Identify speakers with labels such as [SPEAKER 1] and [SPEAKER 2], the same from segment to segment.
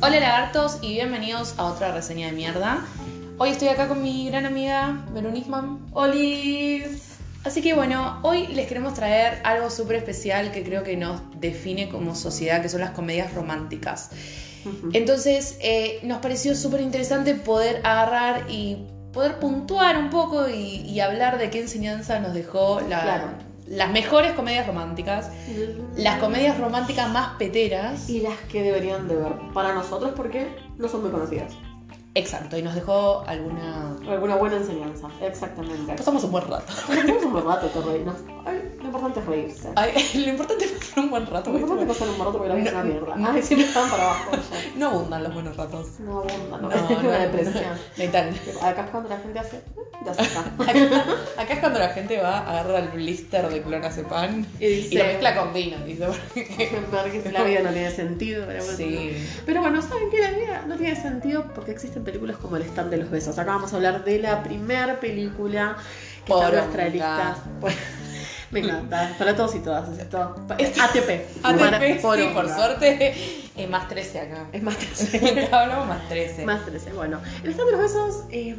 [SPEAKER 1] Hola lagartos y bienvenidos a otra reseña de mierda. Hoy estoy acá con mi gran amiga Veronisman.
[SPEAKER 2] ¡Olis!
[SPEAKER 1] Así que bueno, hoy les queremos traer algo súper especial que creo que nos define como sociedad, que son las comedias románticas. Entonces eh, nos pareció súper interesante poder agarrar y poder puntuar un poco y, y hablar de qué enseñanza nos dejó la-
[SPEAKER 2] Claro.
[SPEAKER 1] las mejores comedias románticas, las comedias románticas más peteras.
[SPEAKER 2] Y las que deberían de ver para nosotros porque no son muy conocidas.
[SPEAKER 1] Exacto, y nos dejó alguna...
[SPEAKER 2] Alguna buena enseñanza, exactamente.
[SPEAKER 1] Pasamos un buen rato.
[SPEAKER 2] Tenemos un buen rato que reírnos. Ay, lo importante es reírse.
[SPEAKER 1] Ay, lo importante es pasar un buen rato.
[SPEAKER 2] Lo importante es
[SPEAKER 1] ¿viste?
[SPEAKER 2] pasar un buen rato porque la vida es una
[SPEAKER 1] No,
[SPEAKER 2] mierda.
[SPEAKER 1] no.
[SPEAKER 2] Ay, siempre están para abajo. ya.
[SPEAKER 1] No abundan los buenos ratos.
[SPEAKER 2] No abunda, no.
[SPEAKER 1] No,
[SPEAKER 2] Es
[SPEAKER 1] no,
[SPEAKER 2] una depresión.
[SPEAKER 1] no hay tal.
[SPEAKER 2] Acá es cuando la gente hace... eh, Ya se está.
[SPEAKER 1] Acá, acá es cuando la gente va, agarra el blister de clonazepam
[SPEAKER 2] Y dice-
[SPEAKER 1] y lo mezcla con vino. Dice, porque...
[SPEAKER 2] Porque si la vida no tiene sentido. pero bueno.
[SPEAKER 1] Sí.
[SPEAKER 2] Pero bueno, ¿saben qué? La vida no tiene sentido porque existen películas como El stand de los besos. Acá vamos a hablar de la primer película que está en nuestra
[SPEAKER 1] Poronga.
[SPEAKER 2] lista. Por- Me encanta. Para todos y todas. Es esto. Pa- es ATP. Para-
[SPEAKER 1] ATP, sí,
[SPEAKER 2] poronga.
[SPEAKER 1] por suerte, eh, más 13 acá.
[SPEAKER 2] Es más 13.
[SPEAKER 1] Acá hablamos más 13.
[SPEAKER 2] más 13. Bueno, El stand de los besos. eh,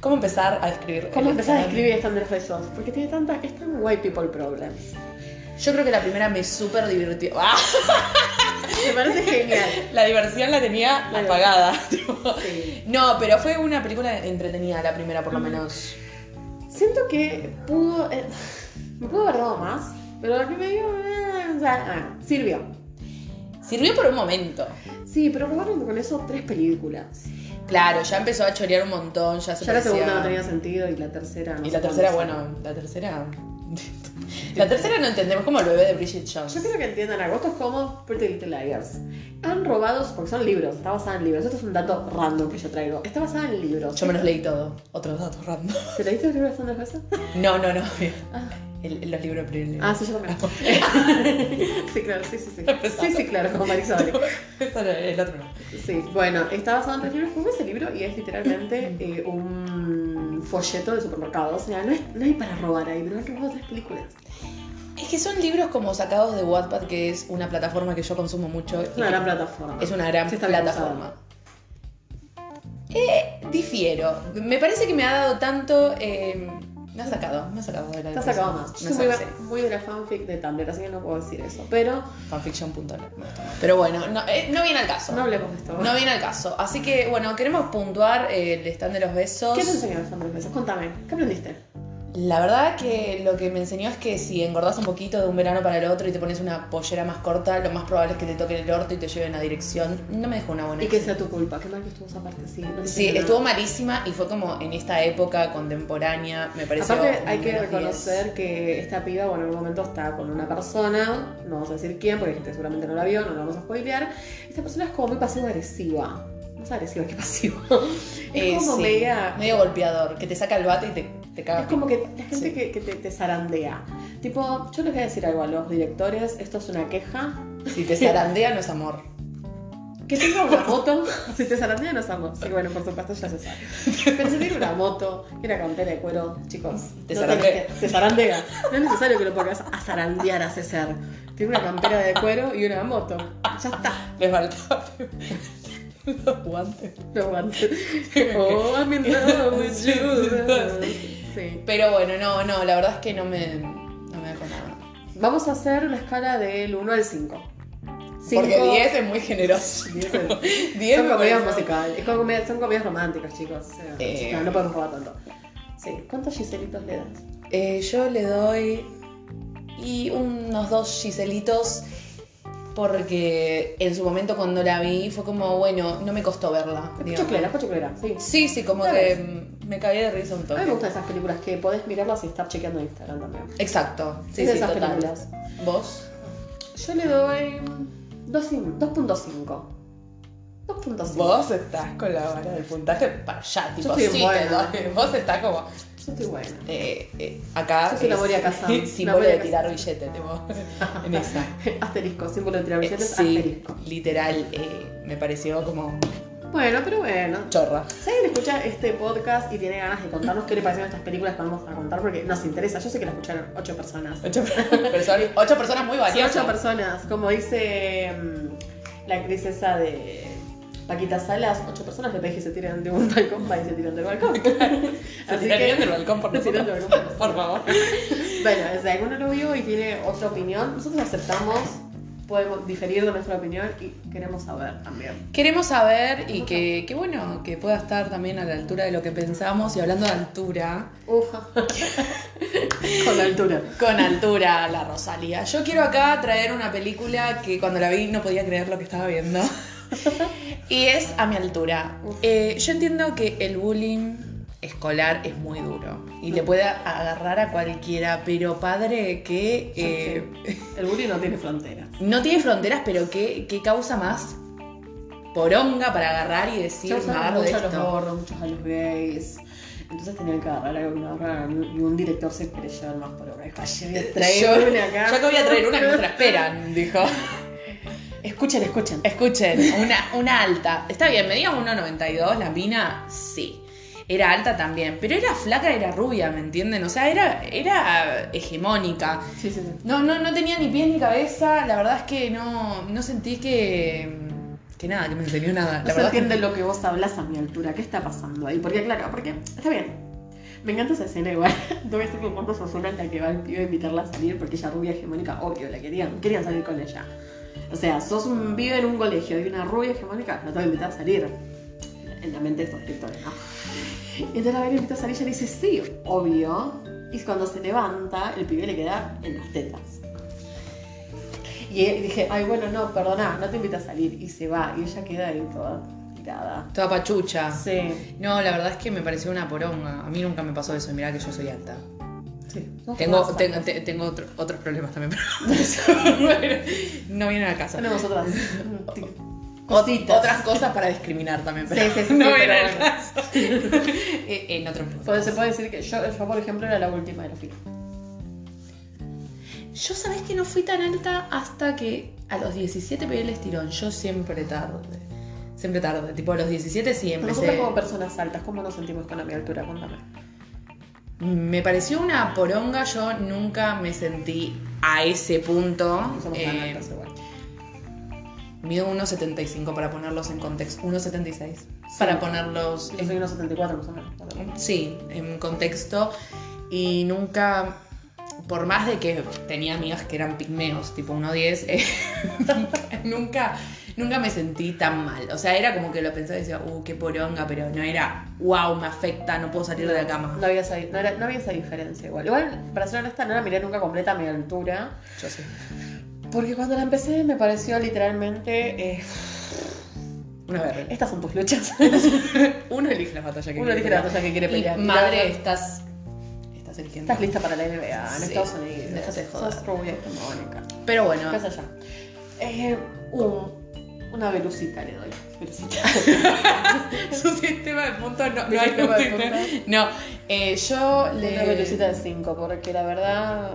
[SPEAKER 1] ¿Cómo empezar a escribir?
[SPEAKER 2] ¿Cómo
[SPEAKER 1] el
[SPEAKER 2] empezás a
[SPEAKER 1] Instagram?
[SPEAKER 2] escribir El stand de los besos? Porque tiene tanta. Es tan white people problems.
[SPEAKER 1] Yo creo que la primera me súper divirtió. ¡Ah!
[SPEAKER 2] Me parece genial.
[SPEAKER 1] La diversión la tenía
[SPEAKER 2] La
[SPEAKER 1] apagada. tipo.
[SPEAKER 2] Sí.
[SPEAKER 1] No, pero fue una película entretenida, la primera por lo
[SPEAKER 2] Mm.
[SPEAKER 1] menos.
[SPEAKER 2] Siento que pudo. eh, me pudo haber dado más, pero lo que me dio. eh, o sea, ah, sirvió.
[SPEAKER 1] Sirvió por un momento.
[SPEAKER 2] Sí, pero robaron con eso tres películas.
[SPEAKER 1] Claro, ya empezó a chorear un montón, ya se
[SPEAKER 2] Ya la
[SPEAKER 1] parecía-
[SPEAKER 2] segunda no tenía sentido y la tercera no
[SPEAKER 1] Y
[SPEAKER 2] sé
[SPEAKER 1] la tercera,
[SPEAKER 2] cuándo salió.
[SPEAKER 1] bueno, la tercera. la tercera no entendemos como el bebé de Bridget Jones.
[SPEAKER 2] Yo creo que entiendan algo. Esto es como Pretty Little Liars. Han robado, porque son libros, está basada en libros. Esto es un dato random que yo traigo. Está basada en libros.
[SPEAKER 1] Yo me los leí todo. Otros datos random.
[SPEAKER 2] ¿Te leíste los libros de Sandra Hesse?
[SPEAKER 1] No, no, no.
[SPEAKER 2] Ah.
[SPEAKER 1] El- los libros primero.
[SPEAKER 2] Ah, sí, yo también. sí, claro, sí, sí, sí.
[SPEAKER 1] Empezando.
[SPEAKER 2] Sí, sí, claro, como Marisol.
[SPEAKER 1] Eso no, el otro no.
[SPEAKER 2] Sí, bueno, está basado en tres libros. Fue ese libro y es literalmente eh, un folleto de supermercado. O sea, no, es- no hay para robar ahí, pero han robado tres películas.
[SPEAKER 1] Es que son libros como sacados de Wattpad, que es una plataforma que yo consumo mucho. y
[SPEAKER 2] Es una
[SPEAKER 1] que-
[SPEAKER 2] gran plataforma.
[SPEAKER 1] es una gran
[SPEAKER 2] Sí, está bien
[SPEAKER 1] plataforma. Eh, difiero. Me parece que me ha dado tanto. eh, me ha sacado, me ha sacado de la
[SPEAKER 2] Está
[SPEAKER 1] depresión.
[SPEAKER 2] sacado más. Yo
[SPEAKER 1] Me
[SPEAKER 2] soy muy,
[SPEAKER 1] sacó, sí.
[SPEAKER 2] muy de la fanfic de Tumblr, así que no puedo decir eso. Pero
[SPEAKER 1] Fanfiction.net. Pero bueno, no, eh, no viene al caso.
[SPEAKER 2] no hablemos de esto.
[SPEAKER 1] No viene al caso. Así que, bueno, queremos puntuar eh, el stand de los besos.
[SPEAKER 2] ¿Qué te enseñó el Sandra Hesse? Contame, ¿qué aprendiste?
[SPEAKER 1] La verdad que lo que me enseñó es que si engordás un poquito de un verano para el otro y te pones una pollera más corta, lo más probable es que te toquen el orto y te lleven a dirección. No me dejó una buena
[SPEAKER 2] Y que
[SPEAKER 1] enseñanza.
[SPEAKER 2] sea tu culpa. Qué mal que estuvo esa parte, sí. no te
[SPEAKER 1] Sí,
[SPEAKER 2] entiendo
[SPEAKER 1] estuvo
[SPEAKER 2] nada.
[SPEAKER 1] malísima y fue como en esta época contemporánea, me pareció.
[SPEAKER 2] Aparte, hay
[SPEAKER 1] un
[SPEAKER 2] que
[SPEAKER 1] menos
[SPEAKER 2] reconocer que esta piba, bueno, en un momento está con una persona, no vamos a decir quién, porque gente seguramente no la vio, no la vamos a spoilear. Esta persona es como muy pasivo-agresiva. Más agresiva que pasivo.
[SPEAKER 1] 10.
[SPEAKER 2] Es
[SPEAKER 1] Eh,
[SPEAKER 2] como
[SPEAKER 1] sí,
[SPEAKER 2] media.
[SPEAKER 1] medio golpeador, que te saca el bate y te, te caga.
[SPEAKER 2] Es como que la gente
[SPEAKER 1] Sí.
[SPEAKER 2] que, que te, te zarandea. Tipo, yo les voy a decir algo a los directores, esto es una queja.
[SPEAKER 1] Si te zarandea, no es amor.
[SPEAKER 2] Que tenga una moto, si te zarandean no somos. Sí, bueno, por supuesto ya se sabe. Pero si tiene una moto, que una cantera de cuero, chicos.
[SPEAKER 1] Te
[SPEAKER 2] no
[SPEAKER 1] zarandea.
[SPEAKER 2] tenés que- Te zarandea. No es necesario que lo pongas a zarandear a César. Tiene una campera de cuero y una moto. Ya está.
[SPEAKER 1] Les faltaba los guantes.
[SPEAKER 2] No aguantes. Oh, I'm in love with you. Sí.
[SPEAKER 1] Pero bueno, no, no, la verdad es que no me, no me dejó nada.
[SPEAKER 2] Vamos a hacer una escala del 1 al 5.
[SPEAKER 1] Porque 10 es muy generoso. 10
[SPEAKER 2] Son
[SPEAKER 1] me parece-
[SPEAKER 2] comedias musicales, es como comedia- son comedias románticas, chicos. o sea,
[SPEAKER 1] Eh.
[SPEAKER 2] chicas, no podemos robar tanto. Sí. ¿Cuántos Giselitos le das?
[SPEAKER 1] Eh, yo le doy y unos dos giselitos porque en su momento cuando la vi fue como, bueno, no me costó verla. digamos.
[SPEAKER 2] Choclera, fue choclera, sí.
[SPEAKER 1] Sí, sí, como
[SPEAKER 2] Ya
[SPEAKER 1] que
[SPEAKER 2] ves.
[SPEAKER 1] mm, me caí de risa un
[SPEAKER 2] A mí me
[SPEAKER 1] toque.
[SPEAKER 2] gustan esas películas que podés mirarlas y estar chequeando Instagram también.
[SPEAKER 1] Exacto. Sí,
[SPEAKER 2] Es de
[SPEAKER 1] sí,
[SPEAKER 2] esas
[SPEAKER 1] total.
[SPEAKER 2] películas.
[SPEAKER 1] ¿Vos?
[SPEAKER 2] Yo le doy 2.5. 2.5.
[SPEAKER 1] Vos estás con la vara del puntaje para allá, tipo,
[SPEAKER 2] estoy
[SPEAKER 1] sí,
[SPEAKER 2] buena.
[SPEAKER 1] te doy. vos estás como
[SPEAKER 2] Yo estoy buena.
[SPEAKER 1] eh, eh, acá.
[SPEAKER 2] Yo soy la
[SPEAKER 1] es
[SPEAKER 2] Moria Kazan, la
[SPEAKER 1] Símbolo
[SPEAKER 2] Moria
[SPEAKER 1] de
[SPEAKER 2] Kazan.
[SPEAKER 1] tirar billete, tipo, en esa.
[SPEAKER 2] Asterisco, símbolo de tirar
[SPEAKER 1] Eh,
[SPEAKER 2] billetes,
[SPEAKER 1] Sí,
[SPEAKER 2] asterisco.
[SPEAKER 1] literal, eh, me pareció como
[SPEAKER 2] Bueno, pero bueno.
[SPEAKER 1] chorra.
[SPEAKER 2] Si alguien escucha este podcast y tiene ganas de contarnos qué le parecieron estas películas que vamos a contar, porque nos interesa. Yo sé que la escucharon 8 personas.
[SPEAKER 1] Ocho personas, ocho personas muy
[SPEAKER 2] Sí,
[SPEAKER 1] valiosas.
[SPEAKER 2] ocho personas, como dice mm, la actriz esa de Paquita Salas, ocho personas le pedí que se tiran de un balcón, va y se tiran del balcón.
[SPEAKER 1] Se
[SPEAKER 2] Así
[SPEAKER 1] tirarían
[SPEAKER 2] que-
[SPEAKER 1] del balcón por
[SPEAKER 2] Se tiran
[SPEAKER 1] nosotros.
[SPEAKER 2] del balcón por
[SPEAKER 1] Por favor.
[SPEAKER 2] Bueno, si alguno lo vio y tiene otra opinión, nosotros aceptamos, podemos diferir de nuestra opinión y queremos saber también.
[SPEAKER 1] Queremos saber y que, que bueno, que pueda estar también a la altura de lo que pensamos y hablando de altura.
[SPEAKER 2] Uja. Con la altura.
[SPEAKER 1] Con altura, la Rosalía. Yo quiero acá traer una película que cuando la vi no podía creer lo que estaba viendo. Y es a mi altura. Eh, yo entiendo que el bullying escolar es muy duro y le puede agarrar a cualquiera, pero padre que eh,
[SPEAKER 2] El bullying no tiene frontera.
[SPEAKER 1] no tiene fronteras, pero que, que causa más poronga para agarrar y decir,
[SPEAKER 2] Se
[SPEAKER 1] me
[SPEAKER 2] usaban
[SPEAKER 1] agarro de
[SPEAKER 2] mucho a los
[SPEAKER 1] esto.
[SPEAKER 2] gordos, muchos a los gays. Entonces tenían que agarrar algo que no agarraran. Y un director se quiere llevar más por oreja. Yo voy a traer
[SPEAKER 1] Yo-
[SPEAKER 2] una acá.
[SPEAKER 1] Yo que voy a traer una que nos la esperan, dijo.
[SPEAKER 2] Escuchen, escuchen.
[SPEAKER 1] Escuchen, una, una alta. Está bien, medía 1,92, la mina sí. Era alta también, pero era flaca, era rubia, ¿me entienden? O sea, era, era hegemónica.
[SPEAKER 2] Sí, sí, sí.
[SPEAKER 1] No, no, no tenía ni pies ni cabeza, la verdad es que no, no sentí que, que nada, que me enseñó nada.
[SPEAKER 2] No
[SPEAKER 1] la
[SPEAKER 2] se
[SPEAKER 1] verdad
[SPEAKER 2] entiende lo que vos hablas a mi altura. ¿Qué está pasando ahí? Porque, claro, porque está bien. Me encanta esa escena igual. No voy a decir que cuando Sosuna es la que va al pibe a invitarla a salir porque ella rubia hegemónica, obvio, la querían, querían salir con ella. O sea, sos un pibe en un colegio y una rubia hegemónica, no te voy a invitar a salir. En la mente de estos escritores, ¿no? Y entonces la ve y le invita a salir y ella le dice sí, obvio. Y cuando se levanta, el pibe le queda en las tetas. Y él- dije, ay, bueno, no, perdona, no te invita a salir. Y se va, y ella queda ahí toda tirada.
[SPEAKER 1] Toda pachucha.
[SPEAKER 2] Sí.
[SPEAKER 1] No, la verdad es que me pareció una poronga. A mí nunca me pasó eso, y mirá que yo soy alta.
[SPEAKER 2] sí.
[SPEAKER 1] Tengo,
[SPEAKER 2] Nosotras.
[SPEAKER 1] tengo, te- tengo otro- otros problemas también. pero- bueno, no vienen a casa.
[SPEAKER 2] No, nosotras.
[SPEAKER 1] Cositas. Otras cosas para discriminar también. Pero
[SPEAKER 2] Sí, sí, sí,
[SPEAKER 1] no
[SPEAKER 2] sí,
[SPEAKER 1] era
[SPEAKER 2] pero
[SPEAKER 1] el
[SPEAKER 2] bueno.
[SPEAKER 1] caso. Eh, en otro punto.
[SPEAKER 2] Pues se puede decir que yo, yo, por ejemplo, era la última de la fila.
[SPEAKER 1] Yo sabés que no fui tan alta hasta que a los 17 pedí el estirón. Yo siempre tarde. Siempre tarde. Tipo a los 17 sí
[SPEAKER 2] Nosotras
[SPEAKER 1] empecé.
[SPEAKER 2] como personas altas, ¿cómo nos sentimos con la mi altura? Cuéntame.
[SPEAKER 1] Me pareció una poronga. Yo nunca me sentí a ese punto.
[SPEAKER 2] No somos tan
[SPEAKER 1] Eh,
[SPEAKER 2] altas igual.
[SPEAKER 1] mido 1.75 para ponerlos en contexto. 1.76. Para ponerlos
[SPEAKER 2] Yo
[SPEAKER 1] en
[SPEAKER 2] soy unos 74, más o menos.
[SPEAKER 1] sí, en contexto. Y nunca, por más de que tenía amigas que eran pigmeos, tipo 1.10, eh, nunca, nunca me sentí tan mal. O sea, era como que lo pensaba y decía, uh, qué poronga, pero no era, wow, me afecta, no puedo salir de la cama.
[SPEAKER 2] No había, esa, no, era- no había esa diferencia igual. Igual, para ser honesta, no la miré nunca completa a mi altura.
[SPEAKER 1] Yo sí.
[SPEAKER 2] Porque cuando la empecé me pareció literalmente... eh,
[SPEAKER 1] Una verga.
[SPEAKER 2] Estas son tus luchas.
[SPEAKER 1] Uno elige la batalla que
[SPEAKER 2] Uno elige la batalla que quiere pelear.
[SPEAKER 1] Y, madre, estás, estás eligiendo.
[SPEAKER 2] Estás lista para la NBA en
[SPEAKER 1] Sí.
[SPEAKER 2] Estados Unidos.
[SPEAKER 1] Déjate de joder.
[SPEAKER 2] Sos rubia hegemónica.
[SPEAKER 1] Pero bueno,
[SPEAKER 2] ¿Qué es allá? Eh, un- una velucita le doy. Velucita.
[SPEAKER 1] su sistema de puntos no,
[SPEAKER 2] Mi
[SPEAKER 1] no hay
[SPEAKER 2] sistema de
[SPEAKER 1] ningún-
[SPEAKER 2] puntos.
[SPEAKER 1] No, eh, yo le...
[SPEAKER 2] Una velucita de 5, porque la verdad...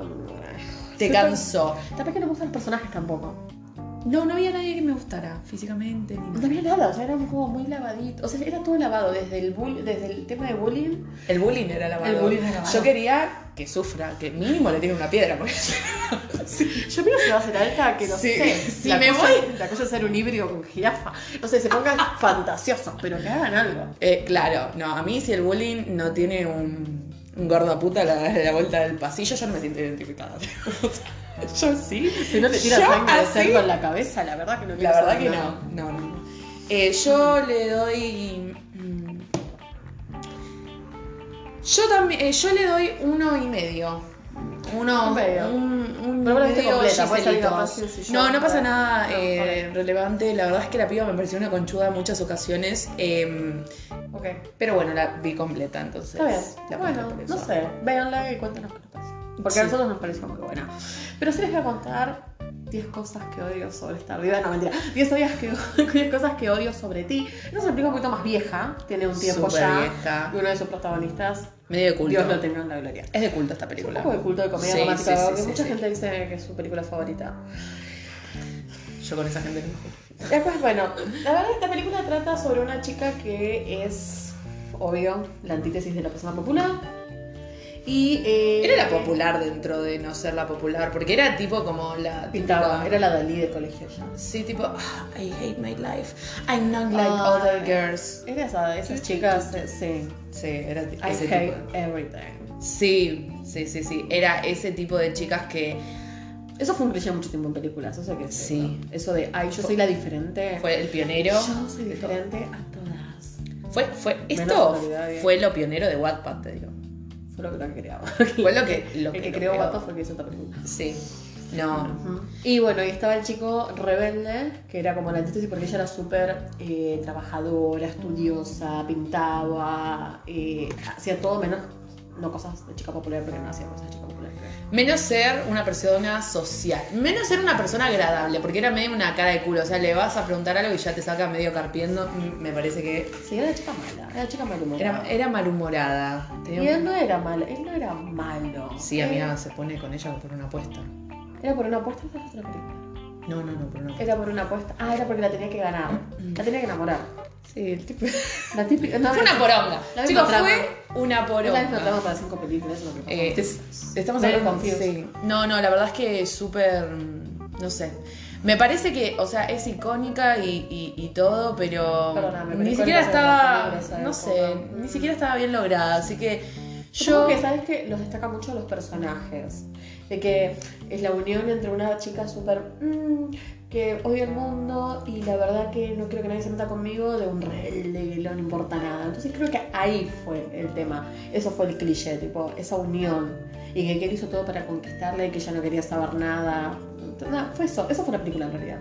[SPEAKER 1] Te
[SPEAKER 2] Yo
[SPEAKER 1] cansó.
[SPEAKER 2] tam- También que no me gustan los personajes tampoco.
[SPEAKER 1] No, no había nadie que me gustara físicamente. ni
[SPEAKER 2] No
[SPEAKER 1] nada.
[SPEAKER 2] había nada, o sea, era como muy lavadito. O sea, era todo lavado, desde el, bull- desde el tema de bullying.
[SPEAKER 1] El bullying era lavado.
[SPEAKER 2] El bullying era lavado.
[SPEAKER 1] Yo quería que sufra, que mínimo le tiene una piedra. Porque...
[SPEAKER 2] Yo pienso que va a ser alta, que no
[SPEAKER 1] Sí,
[SPEAKER 2] sé.
[SPEAKER 1] si
[SPEAKER 2] la
[SPEAKER 1] me
[SPEAKER 2] cosa-
[SPEAKER 1] voy-
[SPEAKER 2] La cosa es ser un híbrido con jirafa. No sé, se pongan fantasiosos, pero que hagan algo.
[SPEAKER 1] Eh, claro, no, a mí si el bullying no tiene un, un gordo a puta a la, a la vuelta del pasillo, yo no me siento identificada. O sea, yo sí.
[SPEAKER 2] Si no te tiran
[SPEAKER 1] Yo
[SPEAKER 2] sangre de
[SPEAKER 1] así-
[SPEAKER 2] cerdo en la cabeza, la verdad que no
[SPEAKER 1] La
[SPEAKER 2] quiero
[SPEAKER 1] verdad
[SPEAKER 2] saber
[SPEAKER 1] que
[SPEAKER 2] nada.
[SPEAKER 1] no. No, no, no. Eh, yo le doy. mm, Yo también. eh, yo le doy uno y medio. Uno.
[SPEAKER 2] Un medio.
[SPEAKER 1] Un, un
[SPEAKER 2] Pero vos la viste
[SPEAKER 1] medio
[SPEAKER 2] completa, puede salir
[SPEAKER 1] giselitos.
[SPEAKER 2] capaz, sí, sí, yo-
[SPEAKER 1] No, no pasa nada
[SPEAKER 2] No,
[SPEAKER 1] eh, relevante. La verdad es que la piba me pareció una conchuda en muchas ocasiones. eh,
[SPEAKER 2] Ok.
[SPEAKER 1] pero bueno, la vi completa, entonces.
[SPEAKER 2] Está bien.
[SPEAKER 1] la pondré
[SPEAKER 2] bueno,
[SPEAKER 1] por eso.
[SPEAKER 2] no sé. Véanla y cuéntenos qué les pareció. Porque a
[SPEAKER 1] Sí.
[SPEAKER 2] nosotros nos pareció muy buena. Pero sí les voy a contar 10 cosas que odio sobre esta vida. No, mentira. 10, odias que, 10 cosas que odio sobre ti. Esta Es una película un poquito más vieja. Tiene un tiempo
[SPEAKER 1] Súper
[SPEAKER 2] ya.
[SPEAKER 1] vieja.
[SPEAKER 2] Y uno de sus protagonistas,
[SPEAKER 1] Medio de culto.
[SPEAKER 2] Dios lo tenga en la gloria.
[SPEAKER 1] es de culto esta
[SPEAKER 2] Un
[SPEAKER 1] película.
[SPEAKER 2] poco de culto de comedia
[SPEAKER 1] Sí,
[SPEAKER 2] romántica,
[SPEAKER 1] sí, sí,
[SPEAKER 2] que
[SPEAKER 1] sí,
[SPEAKER 2] mucha
[SPEAKER 1] sí.
[SPEAKER 2] gente dice que es su película favorita.
[SPEAKER 1] Yo con esa gente no.
[SPEAKER 2] Después, bueno, la verdad esta película trata sobre una chica que es, obvio, la antítesis de la persona popular. Y. eh,
[SPEAKER 1] Era la popular dentro de no ser la popular, porque era tipo como la.
[SPEAKER 2] Pintaba,
[SPEAKER 1] típica-
[SPEAKER 2] era la Dalí del colegio ya.
[SPEAKER 1] Sí, tipo, "Ah, I hate my life. I'm not like
[SPEAKER 2] Ah.
[SPEAKER 1] other girls.
[SPEAKER 2] Era esa, esas chicas, eh, sí.
[SPEAKER 1] Sí, era t-
[SPEAKER 2] I
[SPEAKER 1] ese
[SPEAKER 2] hate
[SPEAKER 1] tipo.
[SPEAKER 2] everything.
[SPEAKER 1] Sí, sí, sí, sí. Era ese tipo de chicas que
[SPEAKER 2] Eso fue un cliché mucho tiempo en películas, eso que sé,
[SPEAKER 1] Sí.
[SPEAKER 2] ¿no? Eso de, ay, yo soy la diferente.
[SPEAKER 1] fue el pionero.
[SPEAKER 2] yo soy
[SPEAKER 1] de todo.
[SPEAKER 2] diferente a todas.
[SPEAKER 1] Fue, fue,
[SPEAKER 2] Menos eh.
[SPEAKER 1] esto
[SPEAKER 2] autoridad, bien.
[SPEAKER 1] fue lo pionero de Wattpad, te digo.
[SPEAKER 2] Fue lo que lo creaba.
[SPEAKER 1] Fue lo que. Lo que
[SPEAKER 2] el que
[SPEAKER 1] lo
[SPEAKER 2] creó
[SPEAKER 1] creó.
[SPEAKER 2] Wattpad fue el que hizo esta película.
[SPEAKER 1] Sí. No.
[SPEAKER 2] Y bueno, y estaba el chico rebelde, que era como la antítesis porque ella era súper eh, trabajadora, estudiosa, pintaba, eh, hacía todo menos, no cosas de chica popular, porque no hacía cosas de chica popular.
[SPEAKER 1] Menos ser una persona social. Menos ser una persona agradable, porque era medio una cara de culo. O sea, le vas a preguntar algo y ya te saca medio carpiendo. Mm, Me parece que.
[SPEAKER 2] Sí, era chica mala, era chica malhumorada.
[SPEAKER 1] Era, eh, era malhumorada. Tenía
[SPEAKER 2] Y
[SPEAKER 1] un-
[SPEAKER 2] él no era malo, él no era malo.
[SPEAKER 1] Sí,
[SPEAKER 2] Él-
[SPEAKER 1] amiga, se pone con ella por una apuesta.
[SPEAKER 2] Era por una apuesta, esa es otra película.
[SPEAKER 1] No, no, no, por una apuesta.
[SPEAKER 2] Era por una apuesta. Ah, era porque la tenía que ganar. La tenía que enamorar.
[SPEAKER 1] Sí, el tipo.
[SPEAKER 2] La típica. No,
[SPEAKER 1] Fue una poronga.
[SPEAKER 2] La misma
[SPEAKER 1] Chicos,
[SPEAKER 2] trama.
[SPEAKER 1] fue una
[SPEAKER 2] Es la misma
[SPEAKER 1] poronga.
[SPEAKER 2] trama para cinco películas, eso es lo que pasa.
[SPEAKER 1] Eh, estamos
[SPEAKER 2] Very
[SPEAKER 1] hablando
[SPEAKER 2] confused.
[SPEAKER 1] sí. No, no, la verdad es que es súper. mm, No sé. Me parece que, o sea, es icónica y, y- y todo, pero.
[SPEAKER 2] Perdóname, pero
[SPEAKER 1] ni siquiera
[SPEAKER 2] icónica de las
[SPEAKER 1] estaba.
[SPEAKER 2] películas de esa
[SPEAKER 1] No sé,
[SPEAKER 2] época.
[SPEAKER 1] ni
[SPEAKER 2] Mm.
[SPEAKER 1] siquiera estaba bien lograda, así que.
[SPEAKER 2] Yo
[SPEAKER 1] Yo.
[SPEAKER 2] que sabes que los destaca mucho los personajes. De que es la unión entre una chica súper mm, que odia el mundo y la verdad que no quiero que nadie se meta conmigo de un rebelde que no le importa nada. Entonces creo que ahí fue el tema. Eso fue el cliché, tipo, esa unión. Y que él hizo todo para conquistarla y que ella no quería saber nada. Nada, fue eso. Eso fue la película en realidad.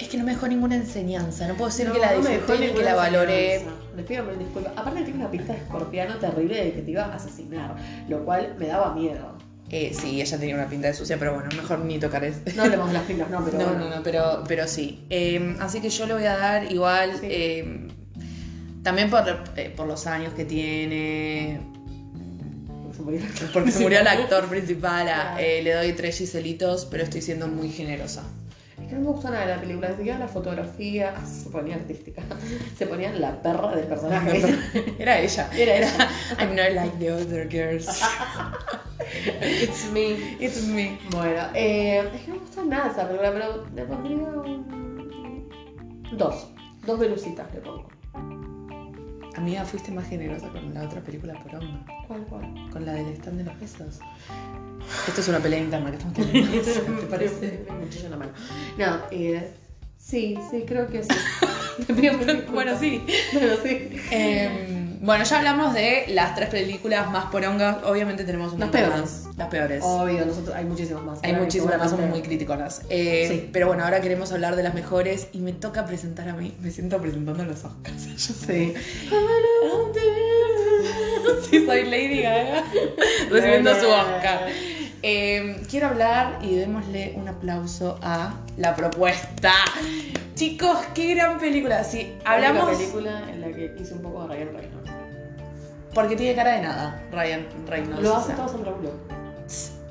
[SPEAKER 1] Es que no me dejó ninguna enseñanza. No puedo decir
[SPEAKER 2] No,
[SPEAKER 1] que la
[SPEAKER 2] no me
[SPEAKER 1] disfruté
[SPEAKER 2] dejó
[SPEAKER 1] ni que
[SPEAKER 2] ninguna
[SPEAKER 1] la valoré.
[SPEAKER 2] enseñanza. Les pido mil disculpas. Aparte tiene una pinta de escorpiano terrible de que te iba a asesinar, lo cual me daba miedo.
[SPEAKER 1] Eh, sí, ella tenía una pinta de sucia, pero bueno, mejor ni tocar eso.
[SPEAKER 2] No hablemos de las pintas, no, pero
[SPEAKER 1] No,
[SPEAKER 2] bueno.
[SPEAKER 1] no, no, pero, pero sí. Eh, así que yo le voy a dar igual,
[SPEAKER 2] Sí.
[SPEAKER 1] eh, también por, eh, por los años que tiene,
[SPEAKER 2] Se murió.
[SPEAKER 1] porque se murió el actor principal, a-
[SPEAKER 2] Claro.
[SPEAKER 1] eh, le doy tres giselitos, pero estoy siendo muy generosa.
[SPEAKER 2] Es que no me gustó nada de la película, ni siquiera la fotografía ah, se ponía artística. Se ponían la perra del personaje.
[SPEAKER 1] Era ella.
[SPEAKER 2] Era ella.
[SPEAKER 1] I'm not like the other girls.
[SPEAKER 2] It's me.
[SPEAKER 1] It's me.
[SPEAKER 2] Bueno, eh, es que no me gustó nada esa película, pero le pondría un... dos. Dos velucitas le pongo.
[SPEAKER 1] Amiga, fuiste más generosa con la otra película por onda,
[SPEAKER 2] ¿Cuál, cuál?
[SPEAKER 1] con la del stand de los besos. Esto es una pelea interna que estamos teniendo. ¿Te parece?
[SPEAKER 2] Me cuchillo en la mano. No, eh, sí, sí, creo que sí. Te pido mil disculpas.
[SPEAKER 1] Bueno, sí.
[SPEAKER 2] Bueno, sí.
[SPEAKER 1] Eh, bueno, ya hablamos de las tres películas más porongas. Obviamente tenemos unas
[SPEAKER 2] Las peores. Oh,
[SPEAKER 1] Las peores.
[SPEAKER 2] Obvio, nosotros hay muchísimas más.
[SPEAKER 1] Hay
[SPEAKER 2] Claro,
[SPEAKER 1] muchísimas más, somos muy
[SPEAKER 2] seguramente-
[SPEAKER 1] críticas. Eh,
[SPEAKER 2] Sí.
[SPEAKER 1] Pero bueno, ahora queremos hablar de las mejores y me toca presentar a mí. Me siento presentando los Oscars. Yo
[SPEAKER 2] Sí.
[SPEAKER 1] sí, soy Lady Gaga recibiendo su Oscar. Eh, quiero hablar y démosle un aplauso a la propuesta. Chicos, qué gran película. Sí, hablamos.
[SPEAKER 2] La película en la que hice un poco de Ryan Reynolds.
[SPEAKER 1] Porque tiene cara de nada, Ryan Reynolds.
[SPEAKER 2] Lo
[SPEAKER 1] o
[SPEAKER 2] hace
[SPEAKER 1] sea.
[SPEAKER 2] todo Sandra Bullock.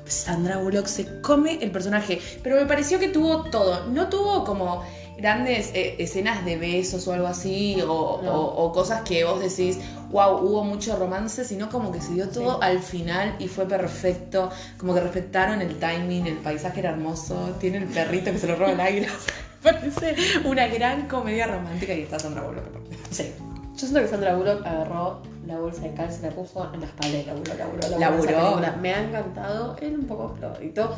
[SPEAKER 1] Sandra Bullock se come el personaje, pero me pareció que tuvo todo. No tuvo como grandes eh, escenas de besos o algo así, o,
[SPEAKER 2] No.
[SPEAKER 1] o- o cosas que vos decís, wow, hubo mucho romance, sino como que se dio todo
[SPEAKER 2] Sí.
[SPEAKER 1] al final y fue perfecto. Como que respetaron el timing, el paisaje era hermoso, tiene el perrito que se lo roba el águila. o sea, Parece una gran comedia romántica y está Sandra Bullock. aparte.
[SPEAKER 2] Sí. Yo siento que Sandra Bullock agarró la bolsa de cal, se la puso en la espalda y laburó, laburó, laburó.
[SPEAKER 1] Laburó.
[SPEAKER 2] esa película. Me ha encantado, él un poco florito,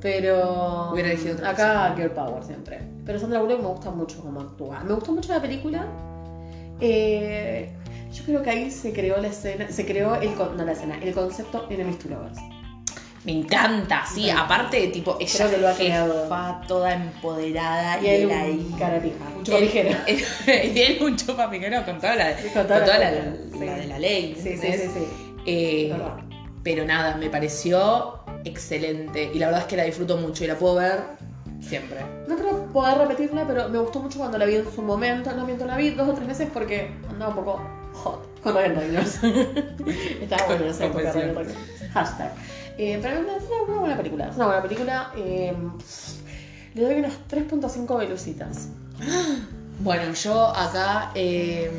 [SPEAKER 2] pero...
[SPEAKER 1] Hubiera elegido otra
[SPEAKER 2] Acá Girl Power siempre. Pero Sandra Bullock me gusta mucho cómo actúa. Me gustó mucho la película. Eh, yo creo que ahí se creó la escena, se creó el, con- no la escena, el concepto Enemies to Lovers.
[SPEAKER 1] Me encanta, sí,
[SPEAKER 2] Sí.
[SPEAKER 1] aparte de tipo, ella
[SPEAKER 2] Creo que lo ha creado.
[SPEAKER 1] jefa, toda empoderada
[SPEAKER 2] Y
[SPEAKER 1] y,
[SPEAKER 2] él
[SPEAKER 1] era ahí.
[SPEAKER 2] un cara pija, un
[SPEAKER 1] Él-
[SPEAKER 2] chupapijero.
[SPEAKER 1] y él un chupa pijero con toda la,
[SPEAKER 2] Sí,
[SPEAKER 1] con toda la,
[SPEAKER 2] sí.
[SPEAKER 1] la de la ley.
[SPEAKER 2] Sí, sí,
[SPEAKER 1] ¿entendés?
[SPEAKER 2] sí, sí.
[SPEAKER 1] Eh,
[SPEAKER 2] Es verdad.
[SPEAKER 1] pero nada, me pareció excelente. Y la verdad es que la disfruto mucho y la puedo ver siempre.
[SPEAKER 2] No creo poder repetirla, pero me gustó mucho cuando la vi en su momento. No miento, la vi dos o tres veces porque andaba un poco hot con Ryan Reynolds. Estaba bueno en esa
[SPEAKER 1] Con
[SPEAKER 2] época
[SPEAKER 1] pasión.
[SPEAKER 2] Ryan Reynolds. Hashtag. Eh, pero es una, una buena película. Es una buena película. eh, le doy unas 3.5 velucitas.
[SPEAKER 1] Bueno, yo acá eh,